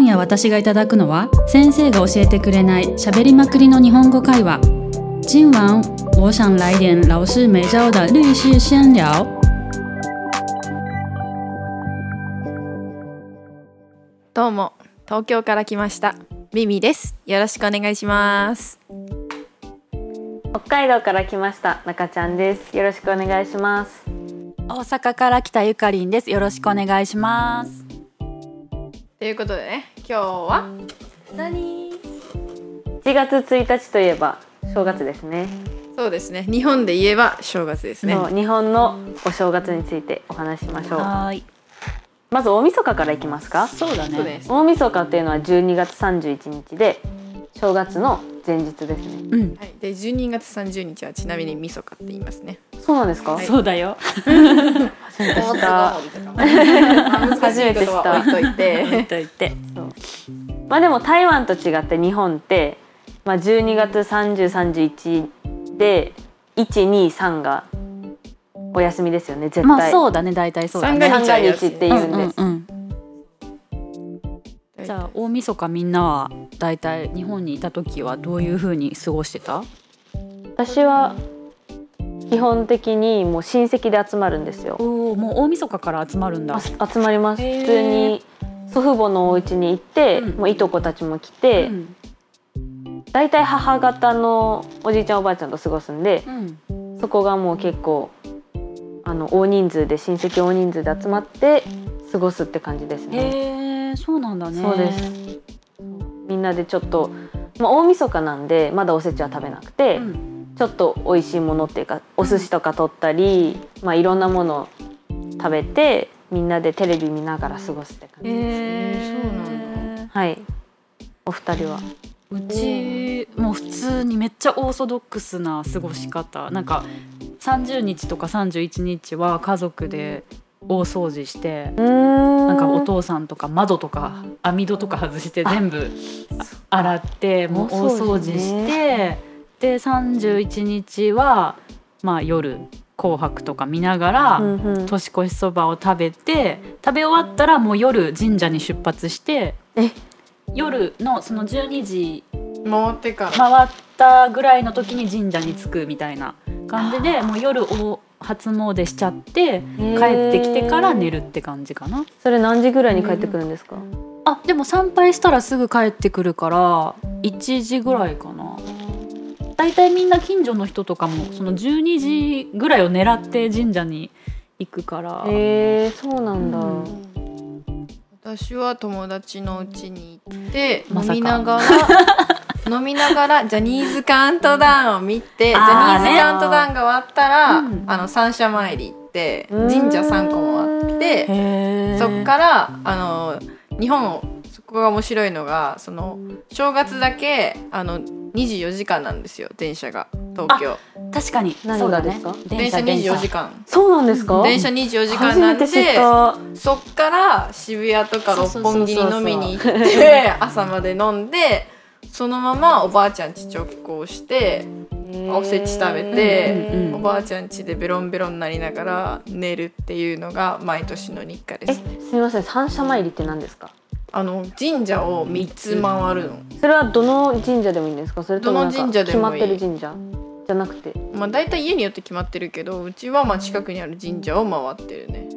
夜私がいただくのは先生が教えてくれない喋りまくりの日本語会話今晚我想来点老师没教的律师闲聊どうも東京から来ましたミミですよろしくお願いします北海道から来ました中ちゃんですよろしくお願いします大阪から来たゆかりんです。よろしくお願いします。ということでね今日は1月1日といえば正月ですねそうですね日本で言えば正月ですねそう日本のお正月についてお話ししましょうはーい。まず大晦日からいきますかそうだそうで。す大晦日っていうのは12月31日で正月の前日ですねうん。はい、で12月30日はちなみにみそかって言いますねそうなんですか、はいそうだよ。初めて知った初初めて知った置いといと て言って。まあでも台湾と違って日本って、まあ、12月3031で123がお休みですよね絶 対、まあそうだね。大体そうだ三ね。が三日がは日休みって言うんですうんうんうん。じゃあ大晦日みんなは大体日本にいた時はどういう風に過ごしてた？私は基本的にもう親戚で集まるんですよおお、もう大晦日から集まるんだあ。集まりますへー普通に祖父母のお家に行って、うんもういとこたちも来て、うん。だいたい母方のおじいちゃんおばあちゃんと過ごすんでうん。そこがもう結構あの大人数で親戚大人数で集まって過ごすって感じですね、へえ、そうなんだね。そうです。みんなでちょっと、まあ、大晦日なんでまだおせちは食べなくて、うん。ちょっと美味しいものっていうかお寿司とか取ったり、まあ、いろんなもの食べてみんなでテレビ見ながら過ごすって感じです、へそうなんだ。はいお二人はうちもう普通にめっちゃオーソドックスな過ごし方なんか30日とか31日は家族で大掃除してななんかお父さんとか窓とか網戸とか外して全部あ洗ってもう大大掃除掃除して、で31日はまあ夜「紅白」とか見ながら。うんうん年越しそばを食べて食べ終わったらもう夜神社に出発してえ夜のその12時回ってから、回ったぐらいの時に神社に着くみたいな感じでもう夜を初詣しちゃって帰ってきてから寝るって感じかなそれ何時ぐらいに帰ってくるんですか、あでも参拝したらすぐ帰ってくるから1時ぐらいかなだいたいみんな近所の人とかもその12時ぐらいを狙って神社に行くから、へえそうなんだ、うん私は友達のうちに行ってま飲さかみながら飲みながらジャニーズカウントダウンを見てジャあーニーねズカウントダウンが終わったら、うんあの三社参り行ってうーん神社三個もあってへーそっからあの日本をそこが面白いのがその正月だけあの24時間なんですよ電車が東京確かに何がそうだでねすか電車24時間そうなんですか電車24時間初なめんでて知ったそっから渋谷とか六本木に飲みに行そうっそうそうて朝まで飲んでそのままおばあちゃんち直行しておせち食べてうんうんおばあちゃんちでベロンベロンになりながら寝るっていうのが毎年の日課ですねえすみません三社参りって何ですかあの神社を3つ回るの、それはどの神社でもいいんですかそれともなんどの神か社で決まもっいいてる神社じゃなくてまあ、大体家によって決まってるけどうちはまあ近くにある神社を回ってるね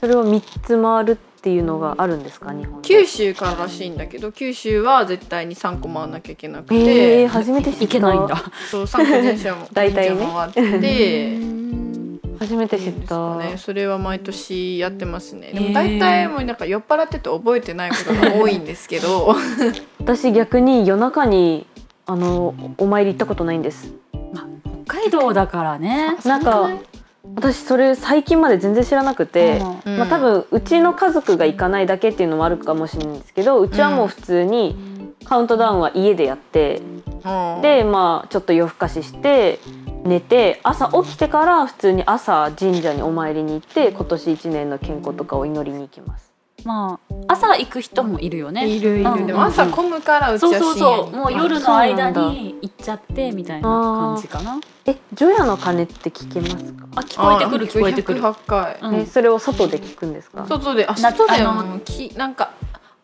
それを三つ回るっていうのがあるんですか日本で九州かららしいんだけど九州は絶対に3個回らなきゃいけなくて、ええ初めて知った行けないんだそう3個電 車も大体ね神社回って。初めて知っですたかね、それは毎年やってますねでへもー大体もうなんか酔っ払ってて覚えてないことが多いんですけど私逆に夜中にあのお参り行ったことないんです北海道だからねなんか私それ最近まで全然知らなくて、うまあ、多分うちの家族が行かないだけっていうのもあるかもしれないんですけどうちはもう普通にカウントダウンは家でやってうん、でまあちょっと夜更かしして寝て朝起きてから普通に朝神社にお参りに行って今年一年の健康とかを祈りに行きます。まあ朝行く人もいるよねいるいうんうんうるんでも朝混むからうちはそう深夜そうにそうもう夜の間そうなんに行っちゃってみたいな感じかなえ除夜の鐘って聞けますか？あ聞こえてくる聞こえてくる108回、うんえそれを外で聞くんですか？外であな外でああののきなんか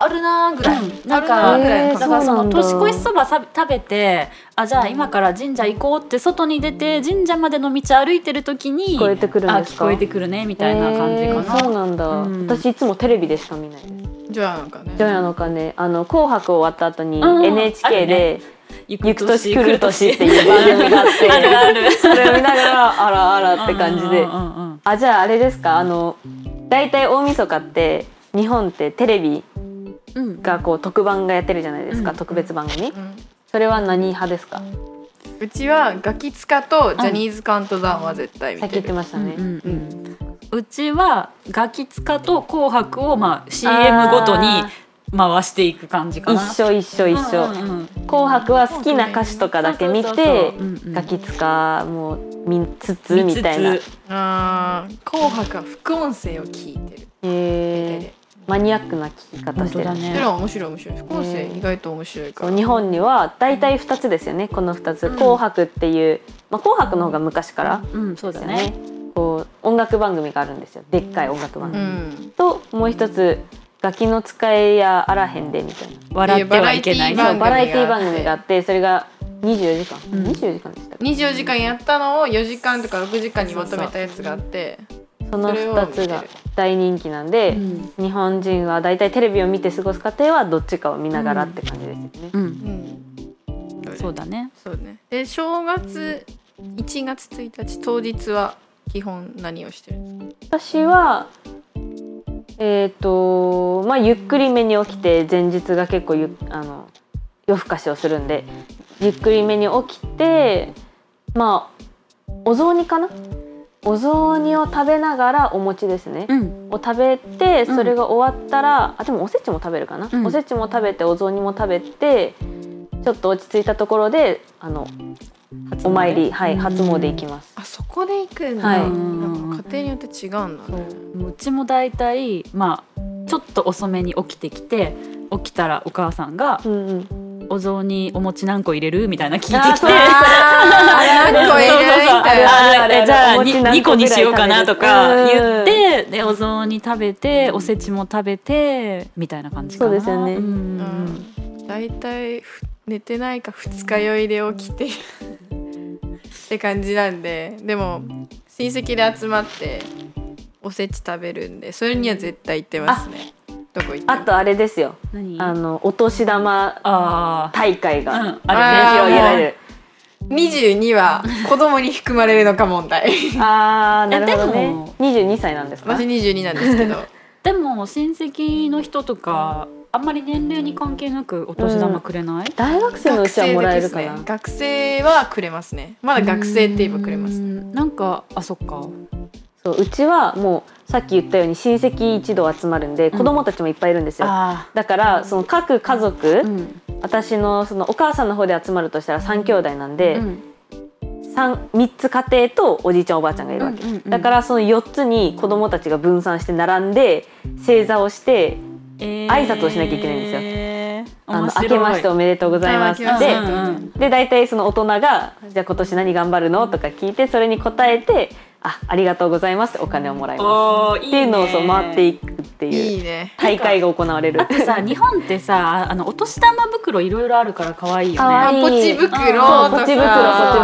あるなーぐらい、うんなんあかるなーぐらだいからそそうなのんだ年越しそばさ食べてあじゃあ今から神社行こうって外に出て神社までの道歩いてる時に聞こえてくるんあです聞かこえてくるねみたいな感じかえーそうな、なんだ、うん私いつもテレビでしか見ないですじゃあなんかねジョヤの鐘あの紅白終わった後にうん NHK で「行く年来る年」っていう番 組がああってるあるそれを見ながらあらあらって感じでうんうんうんうんあじゃああれですかあの大体大晦日って日本ってテレビうんがこう特番がやってるじゃないですか、うん特別番組うんそれは何派ですかうちはガキツカとジャニーズカウントダウンは絶対見さってきる言ってましたね、うんうんうんうちはガキ使と紅白をまあ CM あーごとに回していく感じかな。一緒一緒一緒、うんうんうん紅白は好きな歌手とかだけ見そうそうそうてそううんうんガキ使もう見つつみたいな見へつつあー紅白は副音声を聞いてるえマニアックな聞き方して本当るだでね。も面白い面白い副音声意外と面白いかそらう日本には大体2つですよねこの2つ「紅白」っていう、まあ、紅白の方が昔からうんそうでだすよねね。こう音楽番組があるんですよでっかい音楽番う組、んともう一つ「ガキの使いやあらへんで」みたいな笑ってはいけない。バラエティ番組があってそうバラエティ番組があってそれが24時間、ん24時間でしたっけ24時間やったのを4時間とか6時間にまとめたやつがあってその2つが大人気なんで、うん日本人は大体テレビを見て過ごす家庭はどっちかを見ながらって感じですよね、うんうんそうだね。そうねで正月1月1日当日は基本何をしてるんですか私はえっ、とまあゆっくりめに起きて前日が結構ゆあの夜更かしをするんでゆっくりめに起きてまあお雑煮かなお雑煮を食べながらお餅ですね、うんを食べてうんそれが終わったら、あでもおせちも食べるかな、うんおせちも食べてお雑煮も食べてちょっと落ち着いたところであのお参り、はい、初詣行きます。あそこで行くんだ、はいなんか家庭によって違うんだねうちも大体まあちょっと遅めに起きてきて起きたらお母さんがうんうん、 「お雑煮お餅何個入れる?」みたいな聞いてきてあー そうあ何個いるみたいなあるあるあるあじゃあにお餅何2個個ぐらにいしようかなとか食べる言ってでお雑煮食べておせちも食べてみたいな感じかなそうですよねうんうん大体ふ寝てないか二日酔いで起きてって感じなんででも親戚で集まっておせち食べるんでそれには絶対行ってますねどこ行ってもあとあれですよ何あのお年玉あ大会あ、うがん、ある広ねげられる、 22は子供に含まれるのか問題あーなるほえでどねも22歳な んですか私22なんですけどでも親戚の人とかあんまり年齢に関係なくお年玉くれない、大学生のうちはもらえるかな、学生はくれますねまだ学生って言えばくれます、うんなんかあそっかそううちはもうさっき言ったように親戚一同集まるんで子供たちもいっぱいいるんですよ、あだからその各家族、あうん私のそのお母さんの方で集まるとしたら3兄弟なんで、ん三三つ家庭とおじいちゃんおばあちゃんがいるわけ、うんうんうんだからその4つに子供たちが分散して並んで正座をしてえー挨拶をしなきゃいけないんですよですよあの明けましておめでとうございます」あ明けでましてうんうんで大体その大人が「じゃあ今年何頑張るの?」とか聞いてそれに答えて「あありがとうございます」ってお金をもらいまおーいすいねっていうのをそう回っていくっていいういね大会が行われるあと さ日本ってさあのお年玉袋いろいろあるから可愛いよ可ね愛いあポチ袋とかあそうポチ袋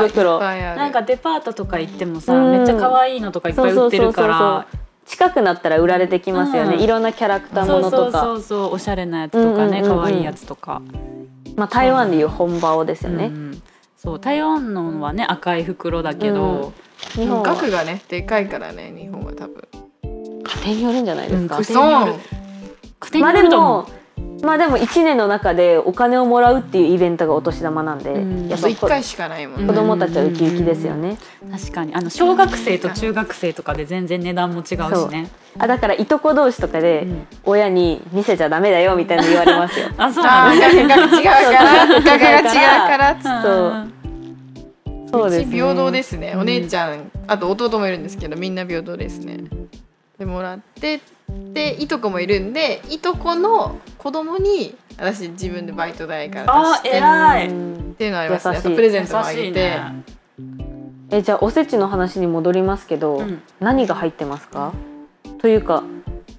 ポチ袋いっぱいあるなんかデパートとか行ってもさ、うんめっちゃ可愛いのとかいっぱい売ってるから近くなったら売られてきますよね、うんいろんなキャラクターもそのとうかそうそうおしゃれなやつとかねうんうんうんうん可愛いやつとか、まあ、台湾でいう本場をですよね、うんそう台湾のはね赤い袋だけど、日本は額がねでかいからね日本は多分家庭によるんじゃないですか、うんそう家ま庭あにでよると思うもまあでも1年の中でお金をもらうっていうイベントがお年玉なんで、うんやっぱ1こ回しかないもんう子ね供たちはウキウキですよね、確かにあの小学生と中学生とかで全然値段も違うしそうねあだからいとこ同士とかでうん親に見せちゃダメだよみたいなの言われますよあそうあなあの額が違うからそう額が違うからっつっそう そうでてす、ね、平等ですすねうんお姉ちゃんあと弟もいるんですけどみんな平等ですねでもらってでいとこもいるんでいとこの子供に私自分でバイト代からあ出してっ偉いていうのありますねあ優しいとプレゼ優ントもあげ、していねえじゃあおせちの話に戻りますけど、うん何が入ってますかというか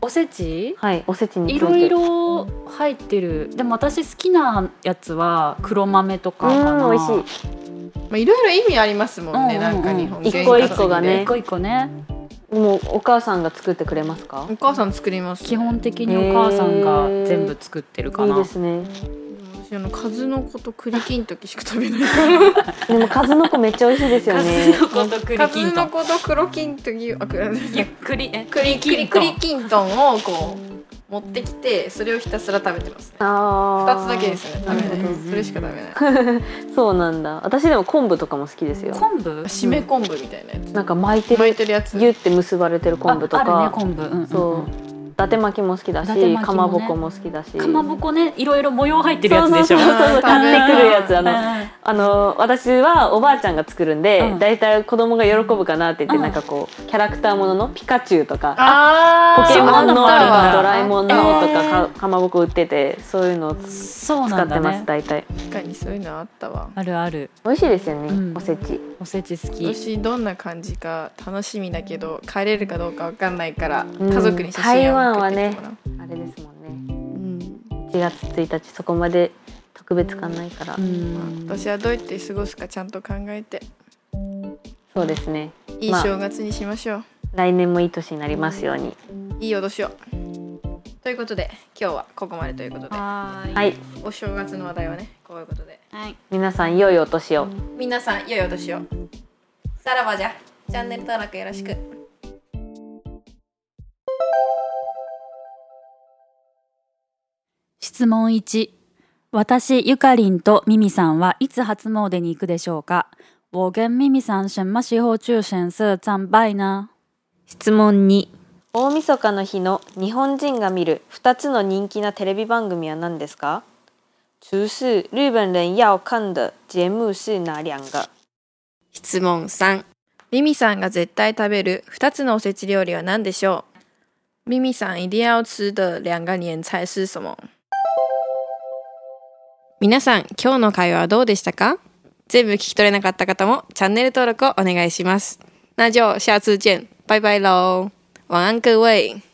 おせちはいおせちについいてろいろ入ってるでも私好きなやつは黒豆とかかなうん美味しいまあ、いろいろ意味ありますもんね、うんうんうんなんか日本一個一個が原ね一個一個ねもうお母さんが作ってくれますか価的でお母さん作ります基本的にお母さんが全部作ってるかいいな、ですね私あの数の子と栗きんときしか食べないからでも数の子めっちゃ美味しいですよね数の子と栗き数んとのん子と黒きんときあくゆっくりえ栗き栗んきんとん栗きんとんをこう持ってきてそれをひたすら食べてますねあ二ーつだけですよねなる食ほべない、どうんそれしか食べないそうなんだ私でも昆布とかも好きですよ昆布締め昆布みたいなやなんか巻いてつる巻いてるやつギュって結ばれてる昆布とああるねか、昆布、うんうんうんそう伊達巻きも好きだ伊達巻きもし、ねかまぼこも好きだしかまぼこねいろいろ模様入ってるやつでしょそうそうそうそあうー買ってくるやつあうんのうんあの私はおばあちゃんが作るんで、うんだいたい子供が喜ぶかなって言って、うんなんかこうキャラクターもののピカチュウとかあポーケモンそのとうかなんだドラえもんのとかえかーかまぼこ売っててそういうのを使そうなんってだますねだいたい確かにそういうのあったわあるある美味しいですよね、うんおせちおせち好き私どんな感じか楽しみだけど帰れるかどうかわかんないからん家族に写真を送ってきてもらうあれですもんうねん1月1日そこまで特別感ないから、うんまあ私はどうやって過ごすかちゃんと考えてそうですねいい正月にしましょう、来年もいい年になりますようにいいお年をということで今日はここまでということでははいお正月の話題はねこういうことではい皆さん良いお年を皆さん良いお年をさらばじゃチャンネル登録よろしく質問1私ゆかりんとミミさんはいつ初詣に行くでしょうか我跟ミミさん什么时候去神社参拜呢質問2大晦日の日の日本人が見る2つの人気なテレビ番組は何ですか除是日本人要看的节目是哪两个質問3ミミさんが絶対食べる2つのおせち料理は何でしょうミミさん一定要吃的两个年菜是什么皆さん今日の会話はどうでしたか全部聞き取れなかった方もチャンネル登録をお願いします那就下次见拜拜喽晚安各位